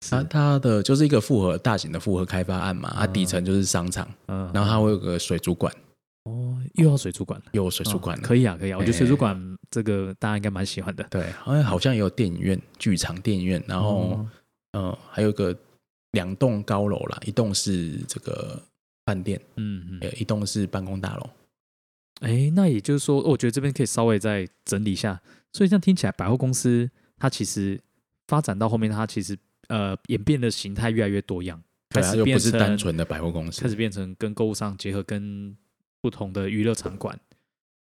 它
是
它的就是一个复合大型的复合开发案嘛，它
嗯
底层就是商场，
嗯，
然后它会有个水族馆，
哦又要水族馆了，
又有水族馆
哦
了，
可以啊，可以啊，我觉得水族
哎
馆这个大家应该蛮喜欢的。
对，好像好像也有电影院、剧场、电影院，然
哦嗯
后呃还有个两栋高楼啦，一栋是这个饭店，
嗯嗯
呃，一栋是办公大楼。
哎，那也就是说，我觉得这边可以稍微再整理一下。所以这样听起来，百货公司它其实发展到后面，它其实呃演变的形态越来越多样，开
对啊，
始
又不
变
是
成
单纯的百货公司
开，始变成跟购物商结合，跟不同的娱乐场馆，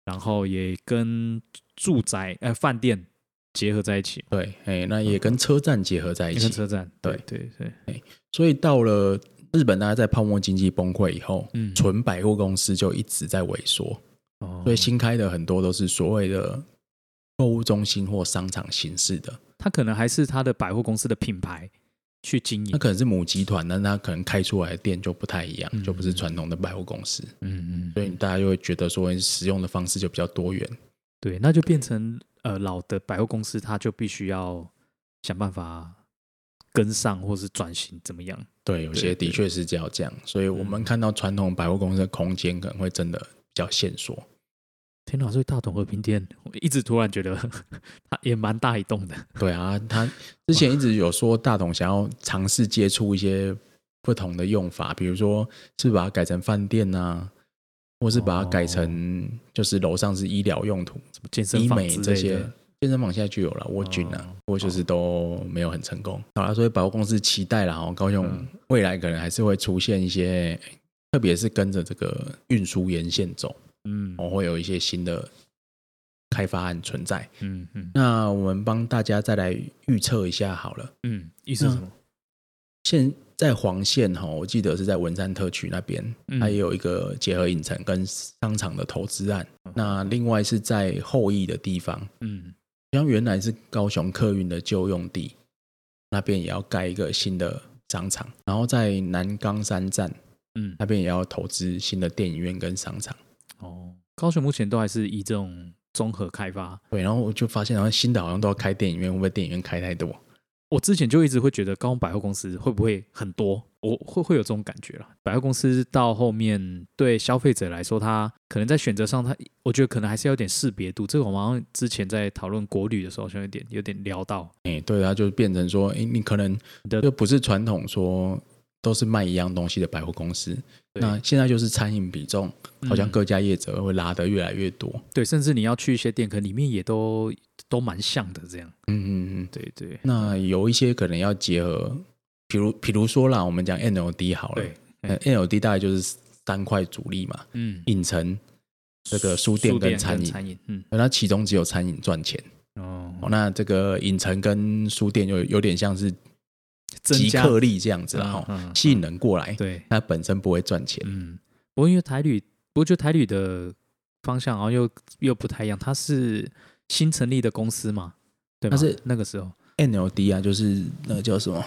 然后也跟住宅呃饭店结合在一起，
对，哎，那也跟车站结合在一
嗯也跟
起。
车站，
对
对对，
所以到了日本，大家在泡沫经济崩溃以后，
嗯，
纯百货公司就一直在萎缩。
哦
所以新开的很多都是所谓的购物中心或商场形式的，
它可能还是它的百货公司的品牌去经
那
营，
可能是母集团，但它可能开出来的店就不太一样，
嗯
就不是传统的百货公司，
嗯
所以大家就会觉得说使用的方式就比较多元。
对，那就变成呃老的百货公司，它就必须要想办法跟上或是转型怎么样？
对，有些
对
的确是这样这样，所以我们看到传统百货公司的空间可能会真的比较限缩。
天哪，所以大同和平店，我一直突然觉得 它也蛮大一栋的，
对啊，他 之前一直有说大董想要尝试接触一些不同的用法，比如说是把它改成饭店啊，或是把它改成就是楼上是医疗用途、
什么健身
医
房
美
之
这
类
些
的。。哦
健身房现在就有了，沃菌啊，不过就是都没有很成功。好啦，所以百货公司期待啦，哦，高雄
嗯
未来可能还是会出现一些，特别是跟着这个运输沿线走，
嗯
哦，会有一些新的开发案存在。
嗯嗯
那我们帮大家再来预测一下好了。
嗯，意思是什么？
现在黄线哈，我记得是在文山特区那边，
嗯
它也有一个结合影城跟商场的投资案
嗯。
那另外是在后翼的地方，
嗯，
像原来是高雄客运的旧用地，那边也要盖一个新的商场。然后在南冈山站
嗯
那边也要投资新的电影院跟商场。
哦，高雄目前都还是以这种综合开发。
对，然后我就发现，好像新的好像都要开电影院，会不会电影院开太多？
我之前就一直会觉得高雄百货公司会不会很多，我会会有这种感觉啦。百货公司到后面对消费者来说，它可能在选择上它，我觉得可能还是要有点识别度。这个我们好像之前在讨论国旅的时候，好像有点有点聊到
哎、对，它就变成说，哎、你可能
你的
就不是传统说都是卖一样东西的百货公司，
对
那现在就是餐饮比重，好像
嗯
各家业者会拉得越来越多。
对，甚至你要去一些店，可能里面也都都蛮像的这样。
嗯嗯嗯。
对对
那有一些可能要结合，比如比如说啦，我们讲 NLD 好了
对，，
呃 NLD 大概就是三块主力嘛，
嗯，
影城、这个书店跟餐饮，
餐饮，嗯，
那其中只有餐饮赚钱。哦
哦，
那这个影城跟书店有有点像是
增
集
加
客力这样子啦，
嗯
哦
嗯，
吸引人过来，
对，
它本身不会赚钱。
嗯，不过因为台旅，不过就台旅的方向好像又又不太一样，它是新成立的公司嘛，对吗？
它是
那个时候
NLD 啊，就是那个叫什么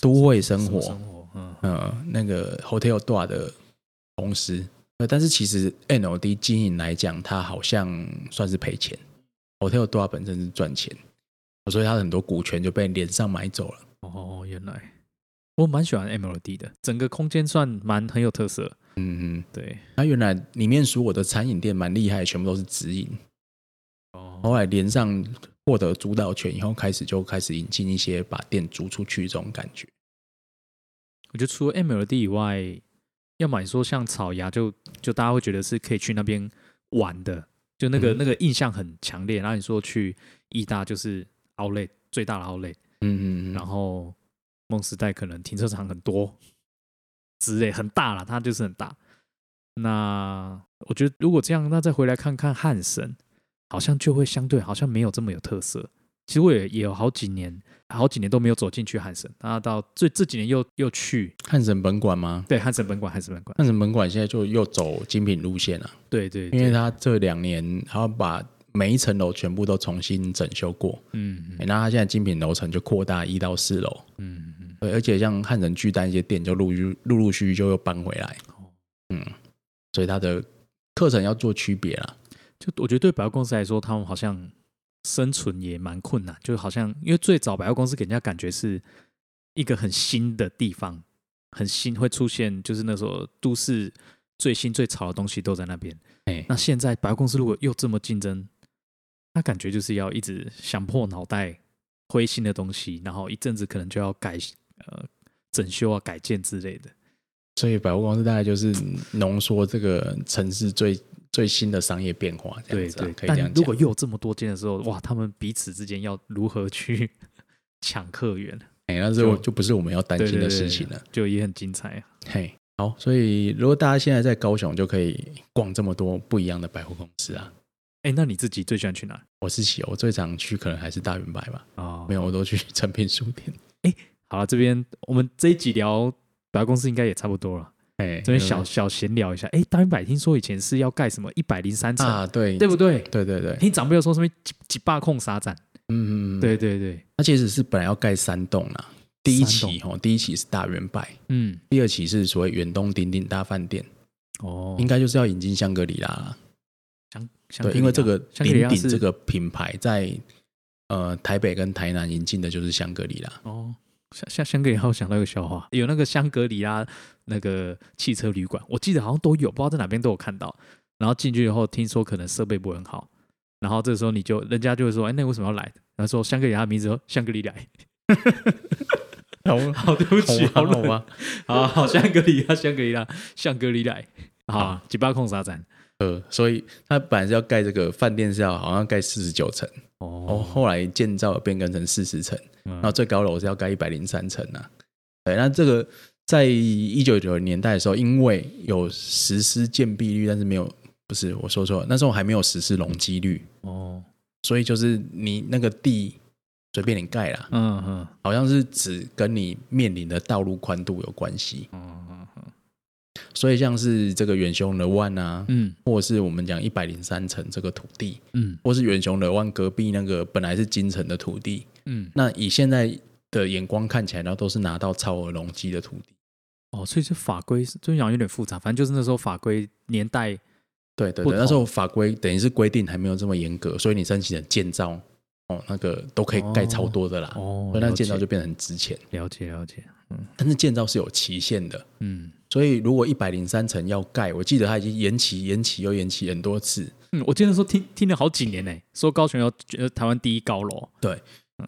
都会生
什么
活，
生活，嗯，
呃，那个 Hotel d o 的公司。呃，但是其实 NLD 经营来讲，它好像算是赔钱， Hotel Dora 本身是赚钱，所以它很多股权就被连上买走了。
哦，原来我蛮喜欢 MLD 的，整个空间算蛮很有特色。
嗯，
对，
它原来里面所有的餐饮店蛮厉害，全部都是直营。
哦，
后来连上获得主导权以后，开始就开始引进一些把店租出去这种感觉。
我觉得除了 MLD 以外，要么你说像草芽就，就大家会觉得是可以去那边玩的，就那个、
嗯
那个印象很强烈。然后你说去义大就是 Outlet 最大的 Outlet，、
嗯嗯
然后梦时代可能停车场很多之类，很大啦，它就是很大。那我觉得如果这样，那再回来看看汉神，好像就会相对好像没有这么有特色。其实我也也有好几年，好几年都没有走进去汉神，那到这这几年又又去，
汉神本馆吗？
对，汉神本馆，汉神本馆，
汉神本馆现在就又走精品路线了，
对对
因
对，
为它这两年它把每一层楼全部都重新整修过。
嗯
欸那它现在精品楼层就扩大一到四楼，
嗯嗯，
对，而且像汉人巨蛋一些店就陆续陆陆续续就又搬回来
哦，
嗯，所以它的课程要做区别啦。
就我觉得对百货公司来说，他们好像生存也蛮困难，就好像因为最早百货公司给人家感觉是一个很新的地方，很新会出现，就是那时候都市最新最潮的东西都在那边。
哎，
那现在百货公司如果又这么竞争，那感觉就是要一直想破脑袋推新的东西，然后一阵子可能就要改呃整修啊、改建之类的。
所以百货公司大概就是浓缩这个城市最最新的商业变化，这样
对
子啊、
对，
可以这
但
样
如果
讲。
又有这么多间的时候，哇，他们彼此之间要如何去 抢客源，
哎、那是
就
我就不是我们要担
对
心
对
的
对
事
对
情了。
就也很精彩啊。
嘿，好，所以如果大家现在在高雄，就可以逛这么多不一样的百货公司啊。
哎，那你自己最喜欢去哪？
我是喜，我最常去可能还是大圆百吧，
哦
没有，我都去 成品书店。
好了，这边我们这一集聊百货公司应该也差不多了，
哎，
这边
对
小小闲聊一下。哎，大圆百听说以前是要盖什么一百零三层，
啊，对
对不对？
对对对，
听长辈有说什么几几霸控沙展？
嗯嗯，嗯，
对对对，
它其实是本来要盖三栋啦，第一
三
期哦，第一期是大圆百，
嗯，
第二期是所谓远东鼎鼎大饭店，
哦，
应该就是要引进香格里拉啦。
香香格
对，
里拉
因为这个
香格里
鼎
拉
鼎
是
这个品牌在呃台北跟台南引进的就是香格里拉。
哦，香香香格里拉，我想到一个笑话，有那个香格里拉那个汽车旅馆，我记得好像都有，不知道在哪边都有看到。然后进去以后，听说可能设备不会很好，然后这时候你就人家就会说，哎，那为什么要来？然后说香格里拉的 名字说香格里来，
好，
好对不起，好
好
冷
吧，
好好香格里拉，香格里拉，香格里来，好，几巴控沙展，
呃，所以它本来是要盖这个饭店是要好像盖四十九层，哦，
哦，
后来建造变更成四十层，
嗯
然后最高楼是要盖一百零三层啊。对，那这个在一九九零年代的时候，因为有实施建蔽率，但是没有，不是我说错了，那时候还没有实施容积率，
哦，
所以就是你那个地随便你盖啦，
嗯嗯
好像是只跟你面临的道路宽度有关系。
嗯嗯
所以像是这个远雄的万啊，
嗯
或者是我们讲一百零三层这个土地，
嗯
或是远雄的万隔壁那个本来是金城的土地，
嗯，
那以现在的眼光看起来，然后都是拿到超额容积的土地。
哦，所以这法规是就讲有点复杂，反正就是那时候法规年代
对对
不
对，
同
那时候法规等于是规定还没有这么严格，所以你申请的建造哦，那个都可以盖超多的啦，
哦，
所以那
了
建
解
造就变得很值钱。
了解了解，
但是建造是有期限的，
嗯
所以如果一百零三层要盖，我记得它已经延期、延期又延期很多次。
嗯，我记得说听听了好几年呢、说高雄要呃台湾第一高楼，
对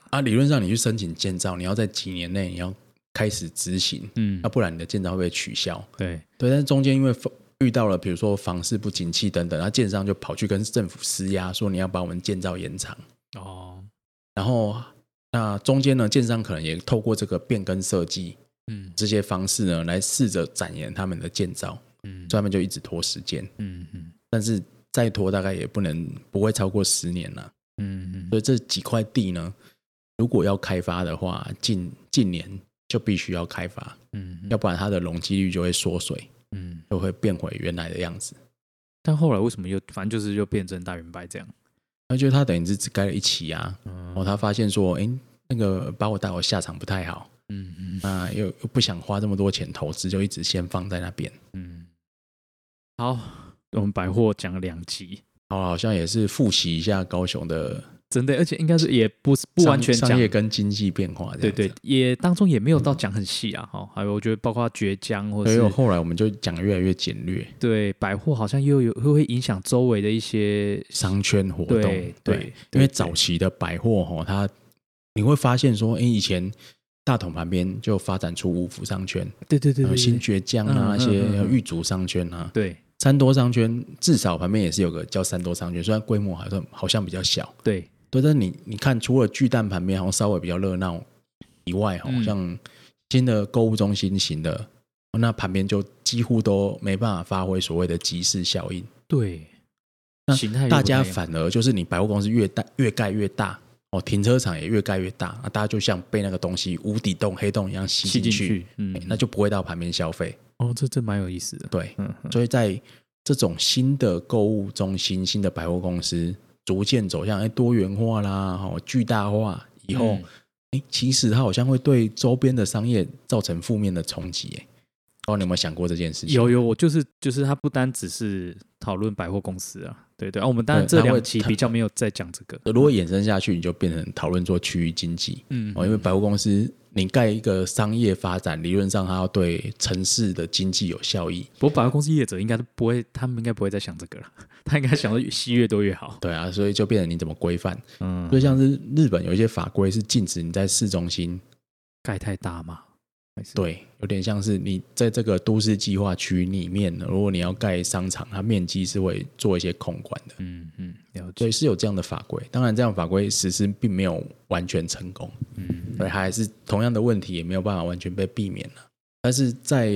啊，理论上你去申请建造，你要在几年内你要开始执行，
嗯
要不然你的建造会被取消。
对，
对，但是中间因为房遇到了比如说房市不景气等等，那建商就跑去跟政府施压，说你要把我们建造延长。
哦，
然后那中间呢，建商可能也透过这个变更设计
嗯
这些方式呢，来试着展延他们的建造，
嗯
所以他们就一直拖时间，
嗯嗯
但是再拖大概也不能不会超过十年啦。
嗯
所以这几块地呢，如果要开发的话，近近年就必须要开发，
嗯
要不然它的容积率就会缩水，
嗯，
就会变回原来的样子。
但后来为什么又反正就是又变成大圆白这样？
那就他等于是只盖了一期啊，然后
嗯
他发现说，哎、那个把我带我下场不太好，
嗯
那又又不想花这么多钱投资，就一直先放在那边。
嗯，好，我们百货讲了两集，
好，好像也是复习一下高雄的
真的，而且应该是也不是不完全
商
讲
商业跟经济变化这
对
样子
对
啊。，
也当中也没有到讲很细啊，哈、还有我觉得包括绝江或
还
是
有后来我们就讲得越来越简略，
对百货，好像又有会会影响周围的一些
商圈活动，
对对，
因为
对
早期的百货哈，它你会发现说，哎，以前大同旁边就发展出五福商圈，
对对对
还有
对
新
对
爵江啊，
嗯
那些
嗯嗯嗯
玉竹商圈啊，
对
三多商圈，至少旁边也是有个叫三多商圈，虽然规模好像好像比较小，
对
对，但是你你看，除了巨蛋旁边好像稍微比较热闹以外，好、
嗯
像新的购物中心型的，哦那旁边就几乎都没办法发挥所谓的集市效应。
对
那
形态又
大
不
家
太一样
反而就是你百货公司越大越盖越大，哦，停车场也越盖越大，那大家就像被那个东西无底洞、黑洞一样吸
吸
进
进
去，
去，嗯
哎，那就不会到旁边消费。
哦，这这蛮有意思的，
对，
嗯，嗯
所以在这种新的购物中心、新的百货公司逐渐走向哎多元化啦、哦巨大化以后，
嗯
哎、其实它好像会对周边的商业造成负面的冲击。哎，不知道你有没有想过这件事情？
有有，我就是就是它不单只是讨论百货公司啊，对对啊，我们当然
对
这
它会
两期
它
比较没有在讲这个，
如果衍生下去，你就变成讨论做区域经济
嗯，
哦，因为百货公司你盖一个商业发展，理论上它要对城市的经济有效益。
不过百货公司业者应该都不会，他们应该不会再想这个了，他应该想的吸越多越好，
对啊，所以就变成你怎么规范？
嗯，
所以像是日本有一些法规是禁止你在市中心
盖太大嘛，还是
对，有点像是你在这个都市计划区里面，如果你要盖商场，它面积是会做一些控管的，
嗯嗯，了
所
解
以，是有这样的法规。当然，这样法规实施并没有完全成功，
嗯，
对，它还是同样的问题也没有办法完全被避免了。但是在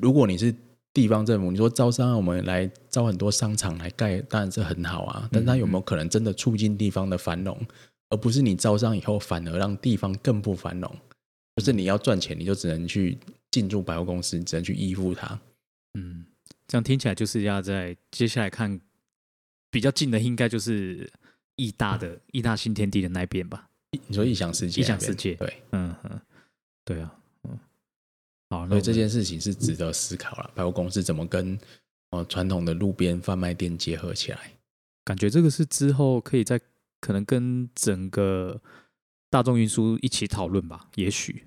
如果你是地方政府，你说招商啊，我们来招很多商场来盖，当然是很好
嗯
啊。但它有没有可能真的促进地方的繁荣，而不是你招商以后反而让地方更不繁荣？就是你要赚钱，你就只能去进驻百货公司，只能去依附它。
嗯，这样听起来就是要在接下来看比较近的，应该就是义大的义大新天地的那一边吧，
你说异想世界
异
那边，
想世界
对，
嗯嗯，对啊，嗯，好，那
所
我
以这
们
件事情是值得思考了。百货公司怎么跟呃传统的路边贩卖店结合起来？
感觉这个是之后可以在可能跟整个大众运输一起讨论吧，也许，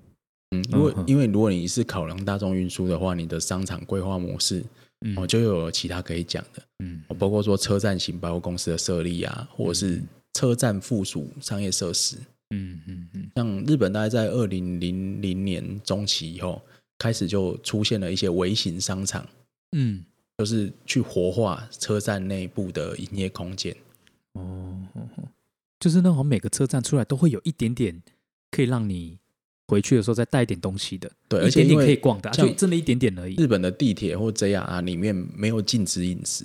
嗯，如果
嗯哼
因为如果你是考量大众运输的话，你的商场规划模式
嗯
哦，就又有其他可以讲的，
嗯
哦包括说车站型百货公司的设立啊，或者是车站附属商业设施。
嗯嗯嗯，
像日本大概在二零零零年中期以后，开始就出现了一些微型商场，
嗯，
就是去活化车站内部的营业空间。
哦，哦哦就是那种每个车站出来都会有一点点可以让你回去的时候再带一点东西的，
对，
一
而且
点
因
点可以
为
逛的啊，
像
就真的一点点而已。
日本的地铁或 JR 啊里面没有禁止饮食，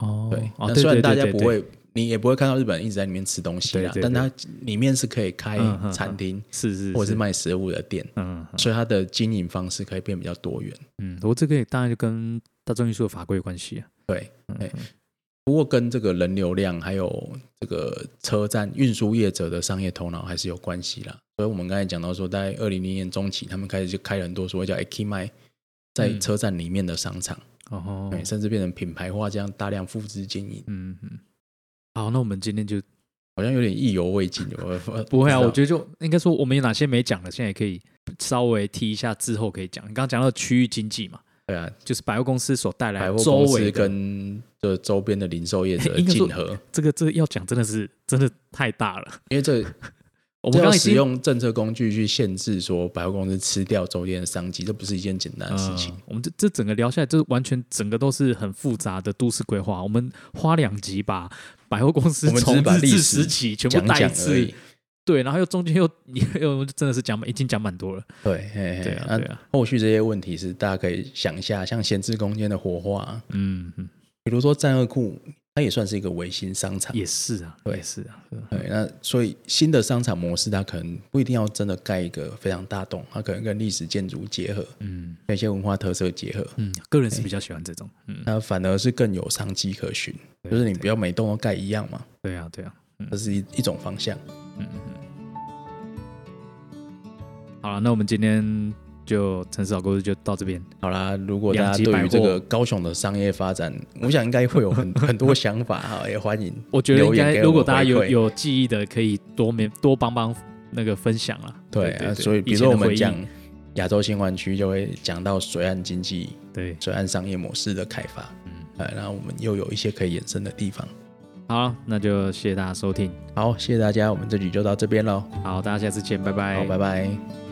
哦，
对，
哦，
那
对
虽然
对
大
对
家
对
不
对
会，你也不会看到日本人一直在里面吃东西啦，
对对
但
对
它里面是可以开
嗯哼
餐厅、
是是，
或者是卖食物的店，
嗯嗯
所以它的经营方式可以变比较多元。
嗯，我这个也当然就跟大众运输的法规有关系啊。
对，
嗯
哎不过跟这个人流量还有这个车站运输业者的商业头脑还是有关系啦。所以我们刚才讲到说，在二零零年中期，他们开始就开了很多所谓叫 Akimai 在
嗯
车站里面的商场，
哦，
对，甚至变成品牌化，这样大量复制经营，
嗯嗯，好，那我们今天就
好像有点意犹未尽。我我
不会啊，
知道
我觉得就应该说我们有哪些没讲的，现在也可以稍微提一下，之后可以讲。你刚刚讲到区域经济嘛，
对啊，
就是百货公司所带来
百货
周
公司
围的
跟这周边的零售业者
应该说
竞合，
这个这个要讲真的是真的太大了。
因为这
我
这
们刚
要
刚已
使
经
用政策工具去限制说百货公司吃掉周边的商机，这不是一件简单的事情
嗯。我们这这整个聊下来，就是完全整个都是很复杂的都市规划。我们花两集把百货公司
我们只是
从
把
日
历
治
史
时期全部
讲
带一
讲
次，
而已，
对，然后又中间又又真的是讲满，已经讲蛮多了。
对，嘿嘿
对啊，对
那
啊，
后续这些问题是大家可以想一下，像闲置空间的活化，
嗯，嗯
比如说战二库，它也算是一个维新商场。
也是啊，
对
也是啊，是啊
对，那所以新的商场模式，它可能不一定要真的盖一个非常大栋，它可能跟历史建筑结合，
嗯
跟一些文化特色结合，
嗯，个人是比较喜欢这种，嗯，
那反而是更有商机可循。
对
哎嗯就是你不要每栋都盖一样嘛，
对啊，对啊，
这是一一种方向。
嗯嗯嗯。好了，那我们今天就城市老故事就到这边。
好啦，如果大
养
家
鸡
对
百
于这
货
个高雄的商业发展，我想应该会有很很多想法哈，也欢迎。
我觉得应
留言
该，
给我们
如果大家有
回馈
有记忆的，可以多面多帮帮那个分享啦。
对
对对
啊，所以比如
以前
说
的
我们
回忆
讲亚洲新湾区，就会讲到水岸经济、
对，
水岸商业模式的开发，
嗯，
哎，然后我们又有一些可以延伸的地方。
好，那就谢谢大家收听，
好，谢谢大家，我们这集就到这边喽，
好，大家下次见，
好，拜拜。